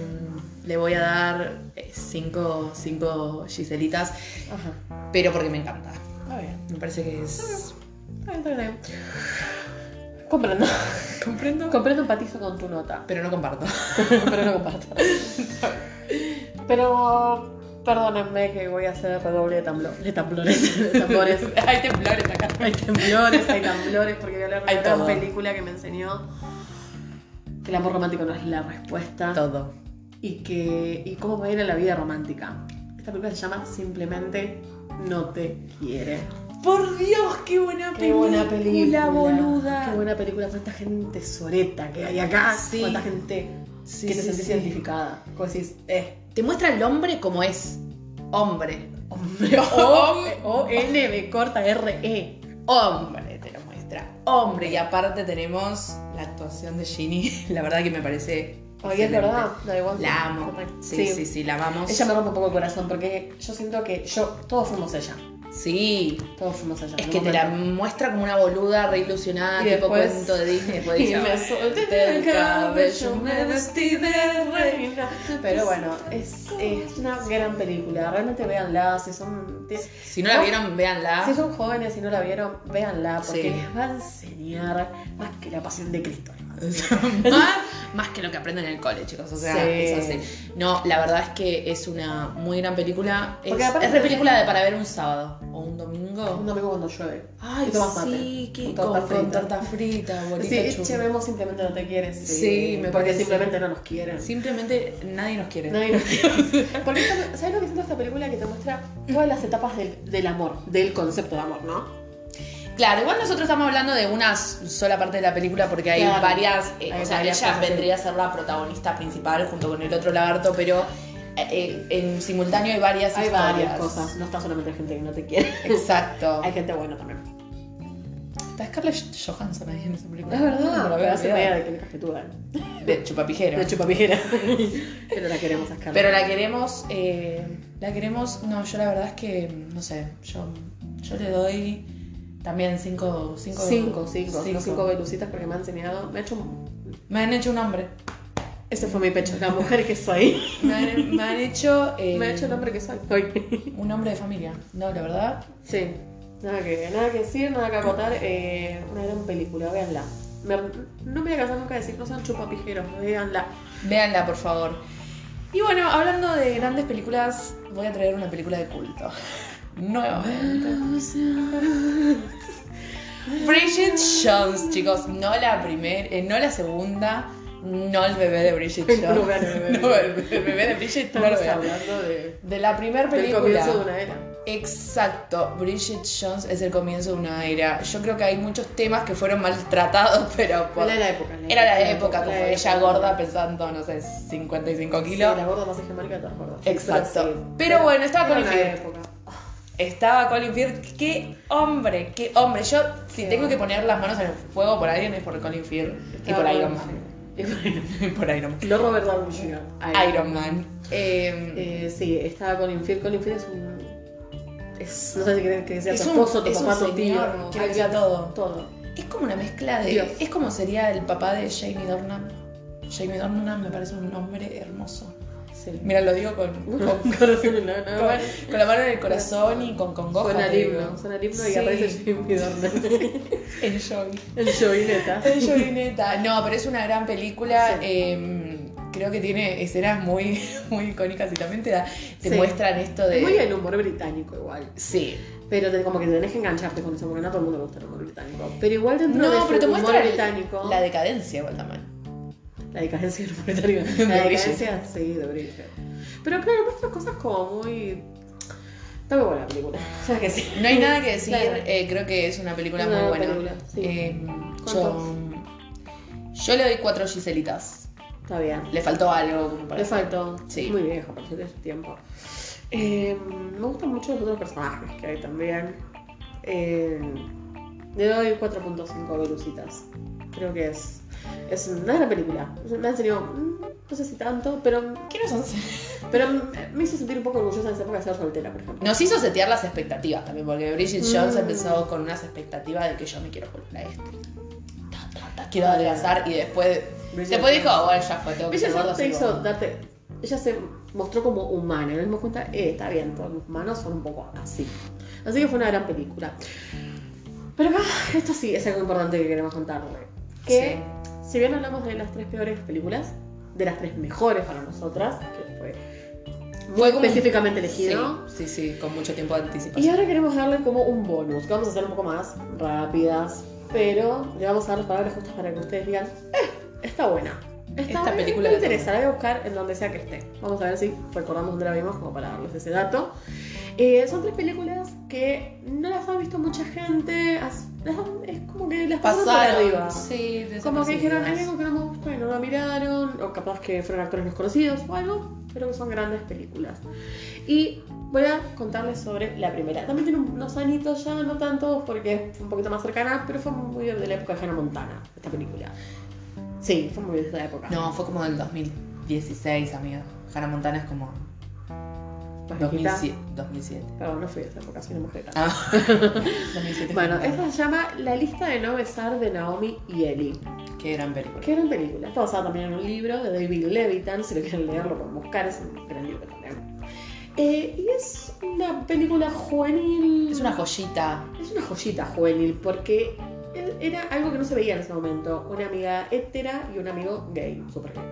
[SPEAKER 1] le voy a dar 6 cinco, cinco Giselitas,
[SPEAKER 2] Ajá.
[SPEAKER 1] pero porque me encanta.
[SPEAKER 2] Está bien.
[SPEAKER 1] Me parece que es.
[SPEAKER 2] Está bien, está bien. Comprendo.
[SPEAKER 1] Comprendo.
[SPEAKER 2] Comprendo, empatizo con tu nota.
[SPEAKER 1] pero no comparto.
[SPEAKER 2] pero no comparto. Pero perdónenme que voy a hacer redoble de, tamblo- de tambores. De tambores.
[SPEAKER 1] Hay temblores acá.
[SPEAKER 2] hay temblores, hay tambores, porque voy a hablar de
[SPEAKER 1] Hay
[SPEAKER 2] una gran
[SPEAKER 1] todo.
[SPEAKER 2] película que me enseñó que el amor romántico no es la respuesta.
[SPEAKER 1] Todo.
[SPEAKER 2] Y que. y cómo puede ir a la vida romántica. Esta película se llama Simplemente No te quiere.
[SPEAKER 1] Por Dios, qué buena
[SPEAKER 2] Qué buena película,
[SPEAKER 1] boluda.
[SPEAKER 2] Qué buena película, cuánta gente soreta que hay acá.
[SPEAKER 1] Sí.
[SPEAKER 2] Cuánta gente
[SPEAKER 1] Sí,
[SPEAKER 2] que
[SPEAKER 1] sí,
[SPEAKER 2] se siente
[SPEAKER 1] sí.
[SPEAKER 2] identificada. Como decís, eh,
[SPEAKER 1] Te muestra el hombre como es. Hombre.
[SPEAKER 2] Hombre. O, o N B corta R E.
[SPEAKER 1] Hombre, te lo muestra. Hombre. Y aparte tenemos la actuación de Ginny. La verdad que me parece.
[SPEAKER 2] Oye, es
[SPEAKER 1] excelente.
[SPEAKER 2] verdad. La, igual,
[SPEAKER 1] La amo. Sí, sí, sí, la amamos.
[SPEAKER 2] Ella me rompe un poco el corazón porque yo siento que yo, todos fuimos ella.
[SPEAKER 1] Sí.
[SPEAKER 2] Todos fuimos ella.
[SPEAKER 1] Es
[SPEAKER 2] en
[SPEAKER 1] que
[SPEAKER 2] un
[SPEAKER 1] te la
[SPEAKER 2] momento.
[SPEAKER 1] muestra como una boluda reilusionada,
[SPEAKER 2] Y
[SPEAKER 1] tipo
[SPEAKER 2] después-
[SPEAKER 1] cuento de Disney. pues Después
[SPEAKER 2] Y
[SPEAKER 1] dice,
[SPEAKER 2] me solté el cabello, me vestí de reina. Pero bueno, es, es una gran película. Realmente véanla. Si son, si
[SPEAKER 1] Si no la vieron, véanla.
[SPEAKER 2] si son jóvenes y no la vieron, véanla
[SPEAKER 1] Ah.
[SPEAKER 2] porque
[SPEAKER 1] Sí.
[SPEAKER 2] les va a enseñar más que la pasión de Cristo. les va a enseñar.
[SPEAKER 1] más, más que lo que aprenden en el cole, chicos. O sea,
[SPEAKER 2] Sí.
[SPEAKER 1] es así. No, la verdad es que es una muy gran película. Es,
[SPEAKER 2] Porque aparte-
[SPEAKER 1] es re película de para ver un sábado o un domingo.
[SPEAKER 2] Un domingo cuando llueve.
[SPEAKER 1] Ay,
[SPEAKER 2] Y tomas mate.
[SPEAKER 1] sí, qué-
[SPEAKER 2] Con
[SPEAKER 1] con,
[SPEAKER 2] torta
[SPEAKER 1] con
[SPEAKER 2] frita.
[SPEAKER 1] torta frita, bolita
[SPEAKER 2] Sí,
[SPEAKER 1] churro.
[SPEAKER 2] che, vemos simplemente no te quieren. Sí,
[SPEAKER 1] Sí, me
[SPEAKER 2] Porque
[SPEAKER 1] parece.
[SPEAKER 2] simplemente no nos quieren.
[SPEAKER 1] Simplemente nadie nos quiere.
[SPEAKER 2] Nadie nos quiere. Porque esta- ¿sabes lo que siento de esta película? Que te muestra todas las etapas del, del amor, del concepto de amor, ¿no?
[SPEAKER 1] Claro, igual nosotros estamos hablando de una s- sola parte de la película porque hay
[SPEAKER 2] Claro.
[SPEAKER 1] varias. eh,
[SPEAKER 2] Hay
[SPEAKER 1] o sea,
[SPEAKER 2] varias
[SPEAKER 1] ella
[SPEAKER 2] cosas, sí.
[SPEAKER 1] vendría a ser la protagonista principal junto con el otro lagarto, pero eh, eh, en simultáneo hay varias
[SPEAKER 2] Hay
[SPEAKER 1] historias.
[SPEAKER 2] varias cosas. No está solamente gente que no te quiere.
[SPEAKER 1] Exacto.
[SPEAKER 2] Hay gente buena también.
[SPEAKER 1] Está Scarlett Johansson ahí en esa película.
[SPEAKER 2] Es
[SPEAKER 1] No
[SPEAKER 2] verdad,
[SPEAKER 1] me lo
[SPEAKER 2] pero
[SPEAKER 1] había
[SPEAKER 2] hace media
[SPEAKER 1] olvidado.
[SPEAKER 2] de que me cajetudan.
[SPEAKER 1] De chupapijero.
[SPEAKER 2] ¿eh? De chupapijera. pero la queremos sacar.
[SPEAKER 1] Pero la queremos. eh, la queremos. No, yo la verdad es que. No sé. Yo, yo le doy también cinco. Cinco,
[SPEAKER 2] Cinco, cinco, cinco, cinco velucitas porque me ha enseñado, me ha hecho un-
[SPEAKER 1] Me han hecho un hombre.
[SPEAKER 2] Ese fue mi pecho, la mujer que soy.
[SPEAKER 1] Me han, me han hecho. eh,
[SPEAKER 2] Me ha hecho el hombre que soy. Hoy.
[SPEAKER 1] Un hombre de familia. No, la verdad.
[SPEAKER 2] Sí, nada que, nada que decir, nada que acotar. eh, una gran película, véanla. Me- no me voy a casar nunca de decir, no sean chupapijeros, véanla.
[SPEAKER 1] Véanla, por favor. Y bueno, hablando de grandes películas, voy a traer una película de culto. Nuevamente.
[SPEAKER 2] Ah.
[SPEAKER 1] Bridget Jones, chicos, no la primera, no la segunda, no el bebé de Bridget
[SPEAKER 2] El
[SPEAKER 1] Jones.
[SPEAKER 2] primer bebé.
[SPEAKER 1] No, el, el bebé de Bridget no lo
[SPEAKER 2] Estamos
[SPEAKER 1] vean.
[SPEAKER 2] hablando de,
[SPEAKER 1] eh, De la primera
[SPEAKER 2] del
[SPEAKER 1] película.
[SPEAKER 2] comienzo de una era.
[SPEAKER 1] Exacto, Bridget Jones es el comienzo de una era. Yo creo que hay muchos temas que fueron maltratados, pero por-
[SPEAKER 2] Era la época.
[SPEAKER 1] era la época, como
[SPEAKER 2] la
[SPEAKER 1] ella
[SPEAKER 2] época.
[SPEAKER 1] gorda pesando, no sé, 55
[SPEAKER 2] Sí,
[SPEAKER 1] kilos.
[SPEAKER 2] la gorda más hegemónica de todas gordas.
[SPEAKER 1] Exacto.
[SPEAKER 2] sí.
[SPEAKER 1] Pero bueno, estaba con
[SPEAKER 2] era
[SPEAKER 1] el
[SPEAKER 2] una
[SPEAKER 1] fin.
[SPEAKER 2] época.
[SPEAKER 1] Estaba Colin Firth. ¡Qué hombre! ¡Qué hombre! Yo, si
[SPEAKER 2] Qué
[SPEAKER 1] tengo
[SPEAKER 2] hombre.
[SPEAKER 1] que poner las manos en el fuego por alguien, es por Colin Firth y por
[SPEAKER 2] Estaba-
[SPEAKER 1] Iron Man.
[SPEAKER 2] Y por Iron
[SPEAKER 1] Y
[SPEAKER 2] Man.
[SPEAKER 1] por Iron Man.
[SPEAKER 2] No Robert Downey Jr.
[SPEAKER 1] Iron Man. Eh,
[SPEAKER 2] Eh, sí, estaba con Infir. Con Infir es un. es- no sé si querés que sea
[SPEAKER 1] Es
[SPEAKER 2] tu
[SPEAKER 1] un-
[SPEAKER 2] esposo, tu
[SPEAKER 1] es un
[SPEAKER 2] papá, tu tío.
[SPEAKER 1] señor,
[SPEAKER 2] Quiero
[SPEAKER 1] había
[SPEAKER 2] decir,
[SPEAKER 1] todo.
[SPEAKER 2] Todo.
[SPEAKER 1] es como una mezcla de.
[SPEAKER 2] Dios.
[SPEAKER 1] Es como sería el papá de Jamie Dornan. Jamie Dornan me parece un hombre hermoso.
[SPEAKER 2] Sí.
[SPEAKER 1] Mira, lo digo con, con, con-
[SPEAKER 2] Corazón en la nada.
[SPEAKER 1] con la mano en el corazón y con congoja.
[SPEAKER 2] Suena el
[SPEAKER 1] digo.
[SPEAKER 2] himno, suena el himno y
[SPEAKER 1] Sí,
[SPEAKER 2] aparece Jimmy Dornan.
[SPEAKER 1] El Johnny.
[SPEAKER 2] el jovineta.
[SPEAKER 1] El Llorineta. No, pero es una gran película.
[SPEAKER 2] Sí.
[SPEAKER 1] eh, creo que tiene escenas muy, muy icónicas y también te, da, te
[SPEAKER 2] Sí.
[SPEAKER 1] muestran esto de.
[SPEAKER 2] Muy el humor británico igual.
[SPEAKER 1] Sí.
[SPEAKER 2] Pero te- como que tenés que engancharte con eso, porque no a todo el mundo le gusta el humor británico. Pero igual dentro de
[SPEAKER 1] No,
[SPEAKER 2] ese
[SPEAKER 1] pero te
[SPEAKER 2] humor
[SPEAKER 1] muestra
[SPEAKER 2] británico.
[SPEAKER 1] la decadencia igual también.
[SPEAKER 2] La decadencia del humor británico.
[SPEAKER 1] De
[SPEAKER 2] La
[SPEAKER 1] Bridget.
[SPEAKER 2] decadencia, sí, de Bridget. Pero claro, muestra cosas como muy. Está muy buena la película. O sea que sí.
[SPEAKER 1] No hay nada que decir.
[SPEAKER 2] Claro.
[SPEAKER 1] eh, creo que es una película
[SPEAKER 2] Una
[SPEAKER 1] muy buena.
[SPEAKER 2] película, sí.
[SPEAKER 1] Eh, yo,
[SPEAKER 2] ¿Cuántos?
[SPEAKER 1] yo le doy cuatro Giselitas.
[SPEAKER 2] Está bien.
[SPEAKER 1] Le faltó algo. como para-
[SPEAKER 2] Le faltó.
[SPEAKER 1] Sí.
[SPEAKER 2] Muy viejo, por cierto, ese tiempo. Eh, me gustan mucho los otros personajes que hay también. Eh, le doy 4.5 velucitas. Creo que es. Es una gran película. Me ha enseñado. mm, No sé si tanto, pero,
[SPEAKER 1] ¿Quiénes son?
[SPEAKER 2] pero me hizo sentir un poco orgullosa en esa época de ser soltera, por ejemplo.
[SPEAKER 1] Nos hizo setear las expectativas también, porque Bridget Jones
[SPEAKER 2] Mm.
[SPEAKER 1] empezó con unas expectativas de que yo me quiero volver a esto. Ta, ta, ta, quiero adelgazar y después.
[SPEAKER 2] Bridget
[SPEAKER 1] después
[SPEAKER 2] Jones.
[SPEAKER 1] dijo, bueno, ya fue, tengo que
[SPEAKER 2] Bridget
[SPEAKER 1] ser gorda,
[SPEAKER 2] Jones te
[SPEAKER 1] soy gorda".
[SPEAKER 2] hizo darte ella se mostró como humana. Nos dimos cuenta, eh, está bien, todos los humanos son un poco así. Así que fue una gran película. Pero acá, esto sí es algo importante que queremos contarle. Que si bien hablamos de las tres peores películas, de las tres mejores para nosotras, que fue muy
[SPEAKER 1] Fue como-
[SPEAKER 2] específicamente elegido.
[SPEAKER 1] Sí, sí, sí, con mucho tiempo de
[SPEAKER 2] Y
[SPEAKER 1] anticipación.
[SPEAKER 2] ahora queremos darle como un bonus, que vamos a hacer un poco más rápidas, pero le vamos a dar las palabras justas para que ustedes digan, "Eh, está buena.
[SPEAKER 1] Esta
[SPEAKER 2] buena,
[SPEAKER 1] película
[SPEAKER 2] me
[SPEAKER 1] la
[SPEAKER 2] interesa, la voy a buscar en donde sea que esté. Vamos a ver si recordamos dónde la vimos como para darles ese dato. Eh, son tres películas que no las ha visto mucha gente, as- las han- es como que las pasaron por arriba.
[SPEAKER 1] Sí, de
[SPEAKER 2] Como que dijeron, hay
[SPEAKER 1] desapercibidas.
[SPEAKER 2] algo que no me gustó y no la miraron, o capaz que fueron actores desconocidos o algo, pero que son grandes películas. Y voy a contarles sobre la primera. También tiene unos anitos ya, no tantos, porque fue un poquito más cercana, pero fue muy de la época de Hannah Montana, esta película. Sí, fue muy de esa época.
[SPEAKER 1] No, fue como del 2016, amiga. Hannah Montana es como
[SPEAKER 2] Más viejita.
[SPEAKER 1] 2007. 2007.
[SPEAKER 2] Perdón, no fui de esa época, soy una mujer. grande.
[SPEAKER 1] Ah, 2007.
[SPEAKER 2] Bueno, esta se llama La lista de no besar de Naomi y Ellie.
[SPEAKER 1] Qué gran película.
[SPEAKER 2] Qué gran película. Está basada también en un libro de David Levitan. Si lo quieren leer, lo pueden buscar. Es un gran libro también. Eh, y es una película juvenil.
[SPEAKER 1] Es una joyita.
[SPEAKER 2] Es una joyita juvenil porque e- era algo que no se veía en ese momento. Una amiga hétera y un amigo gay. Súper gay.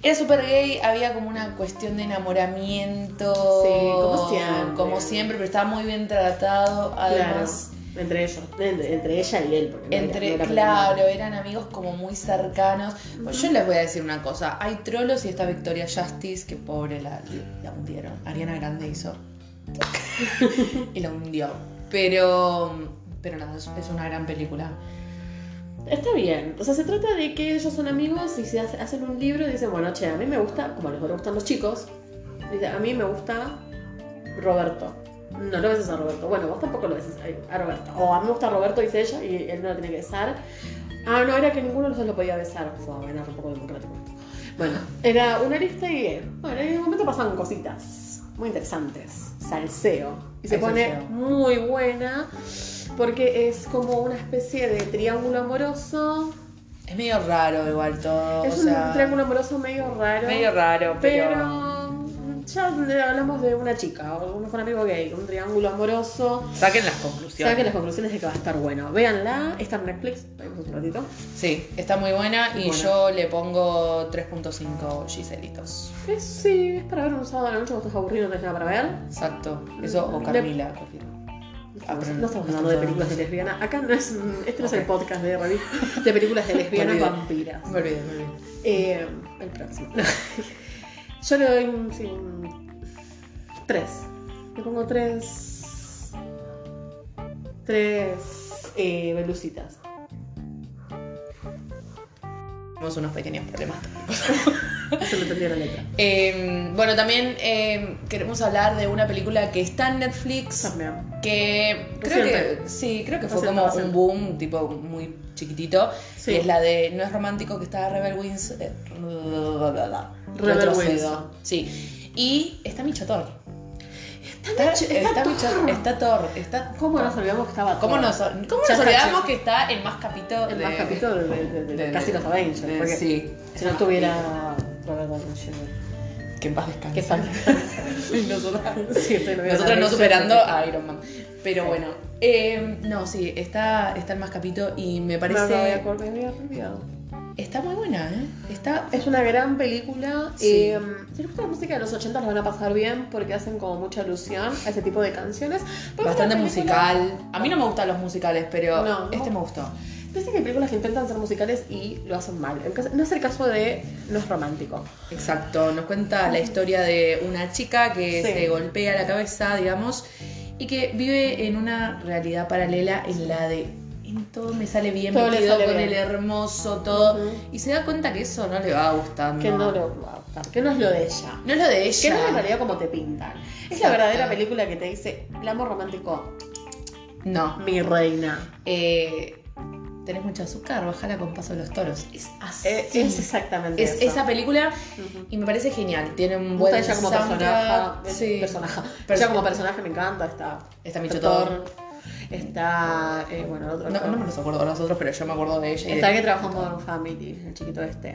[SPEAKER 1] Era súper gay, había como una cuestión de enamoramiento.
[SPEAKER 2] Sí, como siempre.
[SPEAKER 1] Como siempre, pero estaba muy bien tratado. Además,
[SPEAKER 2] Entre ellos. Entre, entre ella y él. Porque no era- no
[SPEAKER 1] entre,
[SPEAKER 2] era
[SPEAKER 1] claro,
[SPEAKER 2] película.
[SPEAKER 1] eran amigos como muy cercanos. Pues yo les voy a decir una cosa, hay trolos y esta Victoria Justice, que pobre la, la hundieron. Ariana Grande hizo. y la hundió. Pero, pero nada, es, es una gran película.
[SPEAKER 2] Está bien. O sea, se trata de que ellos son amigos y se hace- hacen un libro y dicen, bueno, che, a mí me gusta, como a los dos le gustan los chicos, dice, a mí me gusta Roberto. No lo beses a Roberto. Bueno, vos tampoco lo beses a a Roberto. O a mí me gusta Roberto, dice ella, y él no lo tiene que besar. Ah, no, era que ninguno de los dos lo podía besar. Fue bueno, era un poco democrático. esto. Bueno, era una lista y eh, bueno, en un momento pasan cositas muy interesantes. Salseo. Y se
[SPEAKER 1] Hay
[SPEAKER 2] pone
[SPEAKER 1] salseo.
[SPEAKER 2] muy buena porque es como una especie de triángulo amoroso.
[SPEAKER 1] Es medio raro igual todo.
[SPEAKER 2] es
[SPEAKER 1] o
[SPEAKER 2] un
[SPEAKER 1] sea,
[SPEAKER 2] triángulo amoroso medio raro.
[SPEAKER 1] medio raro, pero...
[SPEAKER 2] pero ya le hablamos de una chica o un un amigo gay, un triángulo amoroso.
[SPEAKER 1] Saquen las conclusiones.
[SPEAKER 2] Saquen las conclusiones de que va a estar bueno. Véanla, está en Netflix, la vimos un ratito.
[SPEAKER 1] Sí, está muy buena y
[SPEAKER 2] Buena.
[SPEAKER 1] yo le pongo 3.5 Giselitos.
[SPEAKER 2] Es, sí, es para ver un sábado a la noche cuando estás aburrido y no tenés nada para ver.
[SPEAKER 1] Exacto. Eso o
[SPEAKER 2] Le-
[SPEAKER 1] Carmila. cualquiera. Ah, pero
[SPEAKER 2] no estamos hablando
[SPEAKER 1] no
[SPEAKER 2] de
[SPEAKER 1] estamos-
[SPEAKER 2] películas de lesbianas. Acá no es, un- este no es el
[SPEAKER 1] Ok.
[SPEAKER 2] podcast de revi- de películas de lesbianas
[SPEAKER 1] Olvidé.
[SPEAKER 2] vampiras.
[SPEAKER 1] Me olvidé, me olvidé.
[SPEAKER 2] Eh, el próximo. Yo le doy un, sí, un- tres. Le pongo tres. Tres eh, velucitas.
[SPEAKER 1] Tenemos unos pequeños problemas.
[SPEAKER 2] Se le entendió la letra.
[SPEAKER 1] Eh, bueno, también eh, queremos hablar de una película que está en Netflix.
[SPEAKER 2] También.
[SPEAKER 1] Que creo
[SPEAKER 2] Reciente.
[SPEAKER 1] que. Sí, creo que fue
[SPEAKER 2] Reciente,
[SPEAKER 1] como
[SPEAKER 2] reciente.
[SPEAKER 1] un boom, tipo muy chiquitito.
[SPEAKER 2] Sí.
[SPEAKER 1] Y es la de No es romántico que está Rebel Wins. eh,
[SPEAKER 2] Rebel
[SPEAKER 1] retrocedo. Sí. Y está Michotor. Está,
[SPEAKER 2] Micho-
[SPEAKER 1] está,
[SPEAKER 2] está Thor.
[SPEAKER 1] Micho- está Thor. Está
[SPEAKER 2] ¿Cómo nos olvidamos que estaba
[SPEAKER 1] ¿Cómo
[SPEAKER 2] todo?
[SPEAKER 1] nos, cómo
[SPEAKER 2] Ya
[SPEAKER 1] nos
[SPEAKER 2] está,
[SPEAKER 1] olvidamos
[SPEAKER 2] che.
[SPEAKER 1] que está el más capítulo
[SPEAKER 2] El
[SPEAKER 1] de-
[SPEAKER 2] más capítulo de, de- de- de
[SPEAKER 1] de-
[SPEAKER 2] casi los Avengers.
[SPEAKER 1] de-
[SPEAKER 2] porque
[SPEAKER 1] sí.
[SPEAKER 2] Si no tuviera. Robert Downey Jr.
[SPEAKER 1] Que en paz descanse.
[SPEAKER 2] Que sale.
[SPEAKER 1] Y nosotras,
[SPEAKER 2] Sí, estoy viendo
[SPEAKER 1] nosotras no
[SPEAKER 2] la Avengers,
[SPEAKER 1] superando
[SPEAKER 2] así que-
[SPEAKER 1] a Iron Man. Pero
[SPEAKER 2] Sí.
[SPEAKER 1] bueno, eh, no, sí, está, está el más capítulo y me
[SPEAKER 2] No, no, me
[SPEAKER 1] parece.
[SPEAKER 2] acuerdo, me había olvidado.
[SPEAKER 1] está muy buena, ¿eh? Está.
[SPEAKER 2] Es una gran película.
[SPEAKER 1] Sí.
[SPEAKER 2] eh, si les gusta la música de los 80 la van a pasar bien porque hacen como mucha alusión a ese tipo de canciones. Pero es
[SPEAKER 1] Bastante
[SPEAKER 2] una película-
[SPEAKER 1] musical. A mí no me gustan los musicales, pero
[SPEAKER 2] No, no.
[SPEAKER 1] este me gustó.
[SPEAKER 2] Viste que hay películas que intentan ser musicales y lo hacen mal. En caso- No es el caso de No es romántico.
[SPEAKER 1] Exacto, nos cuenta la historia de una chica que
[SPEAKER 2] Sí.
[SPEAKER 1] se golpea la cabeza, digamos, y que vive en una realidad paralela en la de en todo me sale bien,
[SPEAKER 2] Todo le
[SPEAKER 1] metido
[SPEAKER 2] sale
[SPEAKER 1] con
[SPEAKER 2] bien.
[SPEAKER 1] el hermoso, todo.
[SPEAKER 2] Ujú.
[SPEAKER 1] Y se da cuenta que eso no le va gustando.
[SPEAKER 2] Que no lo va a gustar, Que no es lo de ella.
[SPEAKER 1] No es lo de
[SPEAKER 2] Que
[SPEAKER 1] ella.
[SPEAKER 2] no es en realidad como te pintan. Es la
[SPEAKER 1] Exacto.
[SPEAKER 2] verdadera película que te dice el amor romántico,
[SPEAKER 1] No.
[SPEAKER 2] mi reina.
[SPEAKER 1] Eh, tenés mucho azúcar, bájala con paso de los toros. Es así.
[SPEAKER 2] Eh, Es exactamente
[SPEAKER 1] Es
[SPEAKER 2] eso.
[SPEAKER 1] esa película
[SPEAKER 2] Ujú.
[SPEAKER 1] y me parece genial. Tiene un
[SPEAKER 2] Me
[SPEAKER 1] buen
[SPEAKER 2] gusta ella como
[SPEAKER 1] soundtrack.
[SPEAKER 2] personaje.
[SPEAKER 1] Sí.
[SPEAKER 2] personaje.
[SPEAKER 1] Perso-
[SPEAKER 2] Ella como personaje me encanta. Está.
[SPEAKER 1] Está Micho
[SPEAKER 2] Thor. Está. eh, bueno, el otro.
[SPEAKER 1] No,
[SPEAKER 2] actor.
[SPEAKER 1] no me los acuerdo de nosotros, pero yo me acuerdo de ella. y de-
[SPEAKER 2] Está el que trabajó en Modern Family, el chiquito este.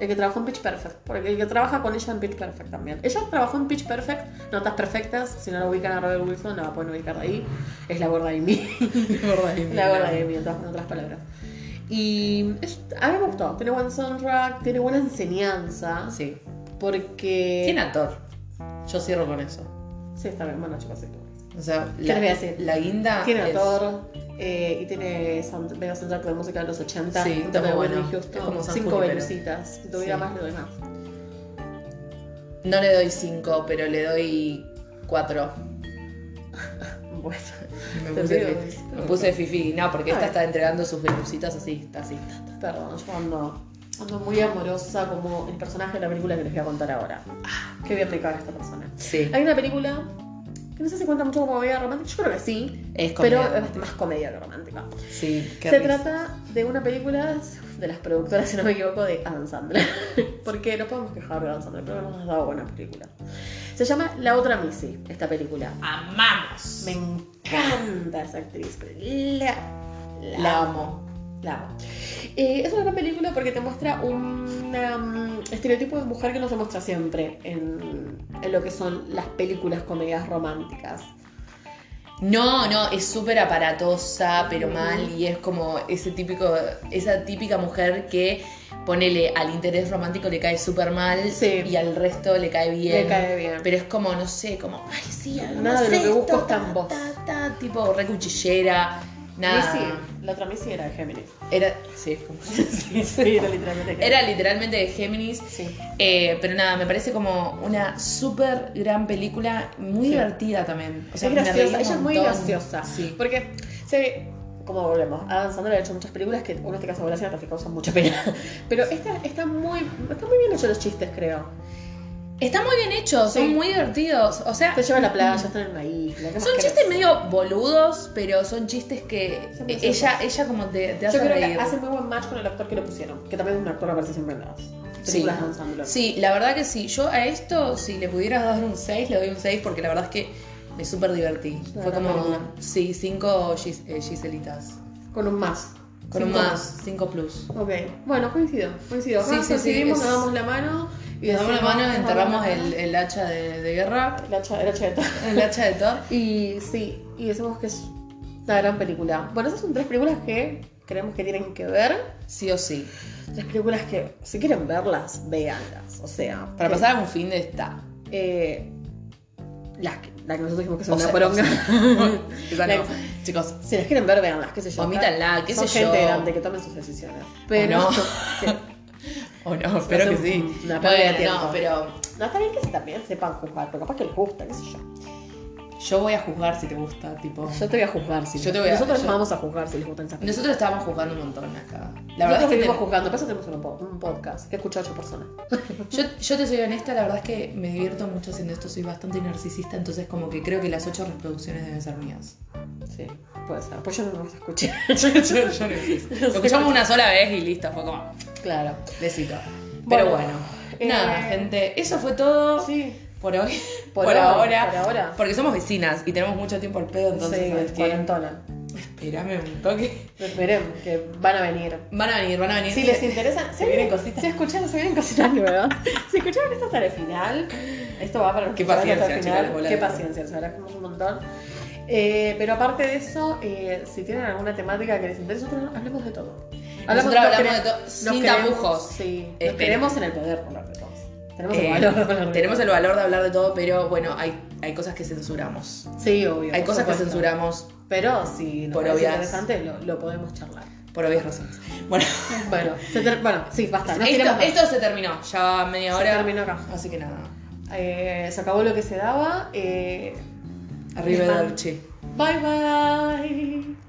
[SPEAKER 2] El que trabajó en Pitch Perfect. Porque el que trabaja con ella en Pitch Perfect también. Ella trabajó en Pitch Perfect, notas perfectas. Si no la ubican a Robert Wilson, no la pueden ubicar de ahí. Es la gorda de mí. la gorda de mí, en otras- en otras palabras. Y es- a mí me gustó. Tiene buen soundtrack, tiene buena enseñanza.
[SPEAKER 1] Sí.
[SPEAKER 2] Porque.
[SPEAKER 1] Tiene actor. Yo cierro con eso.
[SPEAKER 2] Sí, está bien. Bueno, chicos, sí, está bien.
[SPEAKER 1] O sea,
[SPEAKER 2] ¿Qué les voy a decir?
[SPEAKER 1] la guinda.
[SPEAKER 2] Tiene
[SPEAKER 1] es-
[SPEAKER 2] actor eh, y tiene sound- medio soundtrack de música de los 80.
[SPEAKER 1] Sí, está muy
[SPEAKER 2] Whitney
[SPEAKER 1] bueno.
[SPEAKER 2] Houston,
[SPEAKER 1] Es como San
[SPEAKER 2] cinco
[SPEAKER 1] Junipero.
[SPEAKER 2] velucitas. Si tuviera
[SPEAKER 1] Sí.
[SPEAKER 2] más, le doy más.
[SPEAKER 1] No le doy 5, pero le doy 4.
[SPEAKER 2] Bueno.
[SPEAKER 1] Me
[SPEAKER 2] Te
[SPEAKER 1] puse,
[SPEAKER 2] pido-
[SPEAKER 1] fi- me puse fifi. No, porque
[SPEAKER 2] A
[SPEAKER 1] esta
[SPEAKER 2] ver.
[SPEAKER 1] está entregando sus velucitas así, está así.
[SPEAKER 2] Perdón, yo ando, ando muy amorosa como el personaje de la película que les voy a contar ahora. Ah, qué bien me caga esta persona.
[SPEAKER 1] Sí.
[SPEAKER 2] Hay una película que no sé si cuenta mucho como comedia romántica. Yo creo que sí,
[SPEAKER 1] Es
[SPEAKER 2] pero
[SPEAKER 1] comedia.
[SPEAKER 2] es bastante más comedia que romántica.
[SPEAKER 1] Sí, qué
[SPEAKER 2] Se
[SPEAKER 1] risa.
[SPEAKER 2] trata de una película de las productoras, si no me equivoco, de Adam Sandler. Porque no podemos quejar de Adam Sandler, pero nos ha dado buenas películas. Se llama La Otra Missy, esta película.
[SPEAKER 1] Amamos.
[SPEAKER 2] Me encanta esa actriz. pero La, la,
[SPEAKER 1] La amo.
[SPEAKER 2] la amo. Eh, es una gran película porque te muestra un um, estereotipo de mujer que no se muestra siempre en, en lo que son las películas comedias románticas.
[SPEAKER 1] No, no, es súper aparatosa, pero mal, y es como ese típico, esa típica mujer que ponele al interés romántico le cae súper mal
[SPEAKER 2] Sí.
[SPEAKER 1] y al resto le cae bien.
[SPEAKER 2] Le cae bien.
[SPEAKER 1] Pero es como, no sé, como, ay, sí,
[SPEAKER 2] Nada de lo que busco está en vos.
[SPEAKER 1] tambor. tipo re cuchillera, nada.
[SPEAKER 2] Missy, la otra Missy era de Géminis.
[SPEAKER 1] Era, sí, es como-
[SPEAKER 2] Sí, era literalmente de Géminis.
[SPEAKER 1] Era literalmente de Géminis.
[SPEAKER 2] Sí.
[SPEAKER 1] eh, pero nada, me parece como una súper gran película, muy
[SPEAKER 2] Sí.
[SPEAKER 1] divertida también. O sea,
[SPEAKER 2] es
[SPEAKER 1] me reí
[SPEAKER 2] graciosa,
[SPEAKER 1] un
[SPEAKER 2] ella es muy
[SPEAKER 1] montón.
[SPEAKER 2] graciosa.
[SPEAKER 1] Sí.
[SPEAKER 2] Porque, se como volvemos, Adam Sandler ha hecho muchas películas que uno te causa gracia, otras te causan mucha pena. Pero esta está muy, está muy bien hecho los chistes, creo.
[SPEAKER 1] Están muy bien hechos,
[SPEAKER 2] Sí.
[SPEAKER 1] son muy divertidos. O sea,
[SPEAKER 2] Te lleva a la playa, están en una isla. ¿qué más
[SPEAKER 1] son
[SPEAKER 2] querés?
[SPEAKER 1] chistes medio boludos, pero son chistes que
[SPEAKER 2] Son graciosos.
[SPEAKER 1] ella, ella como te, te
[SPEAKER 2] Yo
[SPEAKER 1] hace
[SPEAKER 2] creo
[SPEAKER 1] reír.
[SPEAKER 2] que hace muy buen match con el actor que lo pusieron, que también es un actor que aparece siempre en las películas de ensemble.
[SPEAKER 1] Sí, la verdad que sí. Yo a esto, si le pudieras dar un 6, le doy un 6 porque la verdad es que me súper divertí.
[SPEAKER 2] La
[SPEAKER 1] Fue
[SPEAKER 2] verdad
[SPEAKER 1] como,
[SPEAKER 2] que
[SPEAKER 1] sí, 5 Giselitas.
[SPEAKER 2] Con un más.
[SPEAKER 1] Con un
[SPEAKER 2] Cinco
[SPEAKER 1] más, 5 plus.
[SPEAKER 2] Ok, bueno, coincido, coincido.
[SPEAKER 1] Sí,
[SPEAKER 2] Sí,
[SPEAKER 1] sí, sí,
[SPEAKER 2] coincidimos,
[SPEAKER 1] es-
[SPEAKER 2] nos damos la mano y
[SPEAKER 1] Le damos la mano,
[SPEAKER 2] decimos-
[SPEAKER 1] enterramos el, el hacha de, de guerra,
[SPEAKER 2] el hacha- el hacha de Thor.
[SPEAKER 1] el hacha de Thor.
[SPEAKER 2] Y sí, y decimos que es una gran película. Bueno, esas son tres películas que creemos que tienen que ver.
[SPEAKER 1] Sí o sí.
[SPEAKER 2] Tres películas que, si quieren verlas, véanlas. O sea,
[SPEAKER 1] Para
[SPEAKER 2] que,
[SPEAKER 1] pasar a un fin de esta.
[SPEAKER 2] Eh, las que, la que nosotros dijimos que son
[SPEAKER 1] O
[SPEAKER 2] una
[SPEAKER 1] sea,
[SPEAKER 2] poronga.
[SPEAKER 1] Esa no. Chicos,
[SPEAKER 2] Si las quieren ver, véanlas, qué sé yo.
[SPEAKER 1] Omítanla, qué
[SPEAKER 2] Son
[SPEAKER 1] sé
[SPEAKER 2] gente
[SPEAKER 1] yo.
[SPEAKER 2] grande que tomen sus decisiones.
[SPEAKER 1] no.
[SPEAKER 2] Sí.
[SPEAKER 1] O no, espero que
[SPEAKER 2] hace
[SPEAKER 1] sí.
[SPEAKER 2] un- una pérdida de
[SPEAKER 1] Bueno,
[SPEAKER 2] tiempo.
[SPEAKER 1] no, pero
[SPEAKER 2] No, está bien que también sepan juzgar, pero capaz que les gusta, qué sé yo.
[SPEAKER 1] yo voy a juzgar si te gusta, tipo.
[SPEAKER 2] Yo te voy a juzgar si
[SPEAKER 1] Yo
[SPEAKER 2] les-
[SPEAKER 1] te voy a-
[SPEAKER 2] Nosotros
[SPEAKER 1] yo-
[SPEAKER 2] nos vamos a juzgar si les gustan esas películas.
[SPEAKER 1] Nosotros estábamos jugando un montón acá. La
[SPEAKER 2] La
[SPEAKER 1] verdad
[SPEAKER 2] verdad
[SPEAKER 1] es que
[SPEAKER 2] estuvimos
[SPEAKER 1] te-
[SPEAKER 2] jugando, por eso tenemos un, po- un podcast que escucha a ocho personas.
[SPEAKER 1] yo, yo te soy honesta, la verdad es que me divierto mucho haciendo esto, soy bastante narcisista, entonces como que creo que las ocho reproducciones deben ser mías.
[SPEAKER 2] Sí, puede ser. Pues yo no los escuché.
[SPEAKER 1] Lo escuchamos una sola vez y listo, fue como
[SPEAKER 2] Claro.
[SPEAKER 1] besito. Pero
[SPEAKER 2] Bueno,
[SPEAKER 1] bueno,
[SPEAKER 2] eh,
[SPEAKER 1] nada, gente, eso fue todo
[SPEAKER 2] Sí.
[SPEAKER 1] por hoy.
[SPEAKER 2] Por hoy, por ahora.
[SPEAKER 1] Porque somos vecinas y tenemos mucho tiempo al pedo, entonces ¿sabes
[SPEAKER 2] Entonces,
[SPEAKER 1] qué?
[SPEAKER 2] cuarentona.
[SPEAKER 1] espérame un toque.
[SPEAKER 2] Esperemos que van a venir.
[SPEAKER 1] Van a venir, van a venir. Eh,
[SPEAKER 2] Si les interesa,
[SPEAKER 1] se vienen cositas.
[SPEAKER 2] Si escucharon, se vienen cositas nuevas. Si escucharon esto hasta el final, esto va para los
[SPEAKER 1] Qué
[SPEAKER 2] que escucharon
[SPEAKER 1] paciencia,
[SPEAKER 2] hasta el
[SPEAKER 1] chicas,
[SPEAKER 2] final.
[SPEAKER 1] bola
[SPEAKER 2] Qué
[SPEAKER 1] de-
[SPEAKER 2] paciencia, se agradecemos un montón. Eh, pero aparte de eso, eh, si tienen alguna temática que les interese, nosotros hablemos de todo.
[SPEAKER 1] Nosotros
[SPEAKER 2] nos
[SPEAKER 1] hablamos de
[SPEAKER 2] queremos-
[SPEAKER 1] todo,
[SPEAKER 2] nos
[SPEAKER 1] sin
[SPEAKER 2] queremos-
[SPEAKER 1] tapujos.
[SPEAKER 2] Sí, nos
[SPEAKER 1] Espero.
[SPEAKER 2] queremos en el poder, por lo que todos. Este. Tenemos
[SPEAKER 1] Eh,
[SPEAKER 2] el valor. de hablar de
[SPEAKER 1] tenemos
[SPEAKER 2] todo.
[SPEAKER 1] el valor de hablar de todo, pero bueno, hay, hay cosas que censuramos.
[SPEAKER 2] Sí, obvio.
[SPEAKER 1] Hay
[SPEAKER 2] por
[SPEAKER 1] cosas que
[SPEAKER 2] supuesto.
[SPEAKER 1] censuramos
[SPEAKER 2] Pero si nos
[SPEAKER 1] Por
[SPEAKER 2] parece
[SPEAKER 1] obvias-
[SPEAKER 2] interesante, lo, lo podemos charlar.
[SPEAKER 1] por obvias razones. Bueno,
[SPEAKER 2] Bueno, se ter- bueno sí, basta. No
[SPEAKER 1] esto,
[SPEAKER 2] queremos más.
[SPEAKER 1] esto se terminó. Ya va media
[SPEAKER 2] Se
[SPEAKER 1] hora.
[SPEAKER 2] terminó acá.
[SPEAKER 1] Así que nada.
[SPEAKER 2] Eh, se acabó lo que se daba. Eh,
[SPEAKER 1] Arriba de Dolce.
[SPEAKER 2] bye bye.